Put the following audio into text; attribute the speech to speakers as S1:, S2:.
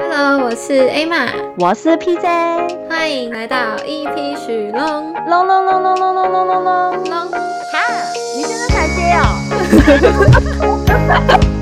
S1: Hello，我是 Emma，
S2: 我是 PJ，
S1: 欢迎来到一批许隆
S2: 隆隆隆隆隆隆隆隆隆。
S1: 隆。
S2: 哈，你现在才接哦。